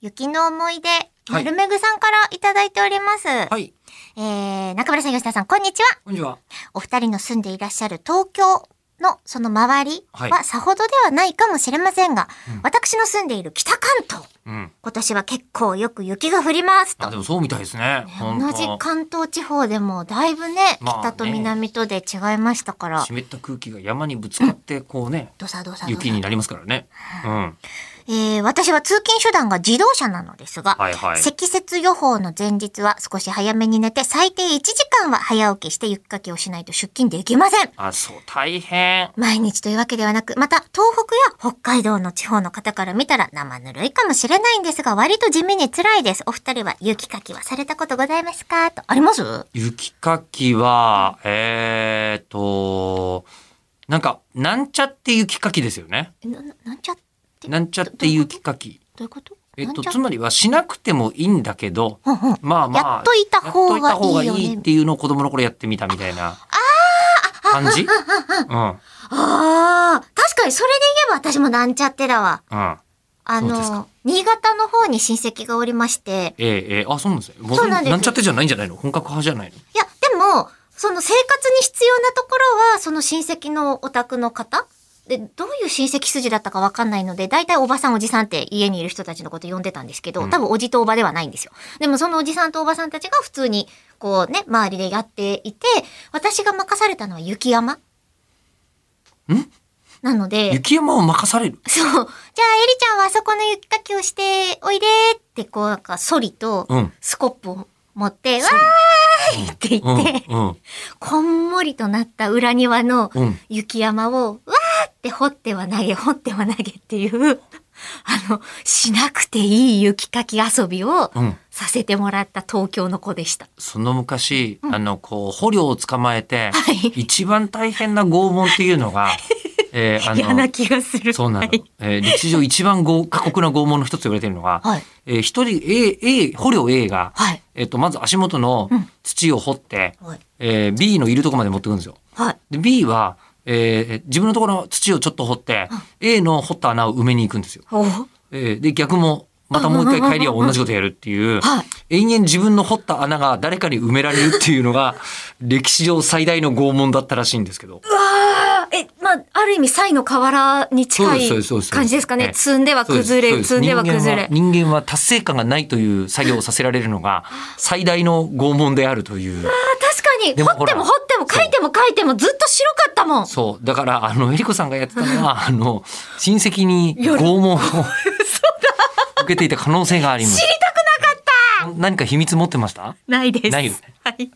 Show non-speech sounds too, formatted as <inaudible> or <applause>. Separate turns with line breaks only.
雪の思い出、
はい
ルメグさんからいただいております。
はい。
えー、中村さん、吉田さん、こんにちは。
こんにちは。
お二人の住んでいらっしゃる東京のその周り
はい
はさほどではないかもしれませんが、
うん
私の住んでいる北関東、
うん。
今年は結構よく雪が降りますと
あ、。でもそうみたいですね。
同
本当
じ関東地方でもだいぶね、
まあね
北と南とで違いましたから、
湿った空気が山にぶつかって、こうね、
どさどさどさ
雪。になりますからね。うん。
えー私は通勤手段が自動車なのですが、
はいはい。
積雪予報の前日は少し早めに寝て最低1時間は早起きして雪かきをしないと出勤できません。
あ、そう、大変。
毎日というわけではなく、また東北や北海道の地方の方から見たら生ぬるいかもしれないんですが、割と地味に辛いです。お二人は雪かきはされたことございますかと。あります
雪かきは、えーっと、なんか、なんちゃって雪かきですよね。
えな、ななんちゃって。
なんちゃって雪かき。
どういうこと
えっと、
なんちゃ
つまりはしなくてもいいんだけど、
うんうん。
まあまあ、
やっといた方がいいよね
やっといた方がいいっていうのを子供の頃やってみたみたいな感じうん。
ああ、確かにそれで言えば私もなんちゃってだわ。
うん。
あ
そうですか
の、新潟の方に親戚がおりまして、
ええええあ、そうなんですね。僕
そうなんです
なんちゃってじゃないんじゃないの本格派じゃないの
いや、でも、その生活に必要なところは、その親戚のお宅の方で、どういう親戚筋だったかわかんないので、大体おばさんおじさんって家にいる人たちのこと呼んでたんですけど、
うん
多分おじとおばではないんですよ。でもそのおじさんとおばさんたちが普通に、こうね、周りでやっていて、私が任されたのは雪山んなので、
雪山を任される
そう。じゃあ、エリちゃんはあそこの雪かきをしておいでって、こう、なんか、ソリと
うん、
スコップを持って、わーいって言
うん、う
って、
ん、
こんもりとなった裏庭の
うん。
雪山を、わーって掘っては投げ、掘っては投げっていう、 <laughs> あの、しなくていい雪かき遊びを
うん
させてもらった東京の子でした。
その昔、あの、こう、捕虜を捕まえて、
はい
一番大変な拷問っていうのが、えー
嫌
あ
な
の、
気がする。
そうなの
は。い
えー歴史上一番ご過酷な拷問の一つと言われているのが、
はい。
えー一人 A、A、捕虜 A が、
はい。
えっ、と、まず足元の土を掘って、
はい。
えー B のいるとこまで持ってくんですよ。
はい。
で、B は、えー自分のところの土をちょっと掘って、A の掘った穴を埋めに行くんですよ。
おは
えーで、逆も、またもう一回帰りは同じことやるっていう、
い。
延々自分の掘った穴が誰かに埋められるっていうのが、 <laughs> 歴史上最大の拷問だったらしいんですけど。
あえ、まあ、ある意味、サイの河原に近い
そうですそうですそうです
感じですかね
え。え
積んでは崩
そう
れ、
ですそう
積ん
す
では崩れ。
人間は人間は達成感がないという作業をさせられるのが、最大の拷問であるという。
確かに、
でも
掘っても掘
ほら
っても書いても書いてもずっと白かったもん。
そう。だから、あの、エリコさんがやってたの <laughs> は、あの、親戚に拷 <laughs> 問を受けていた可能性があります。知りたくなかった何か秘密持ってました
ないです。
ないよね
はい。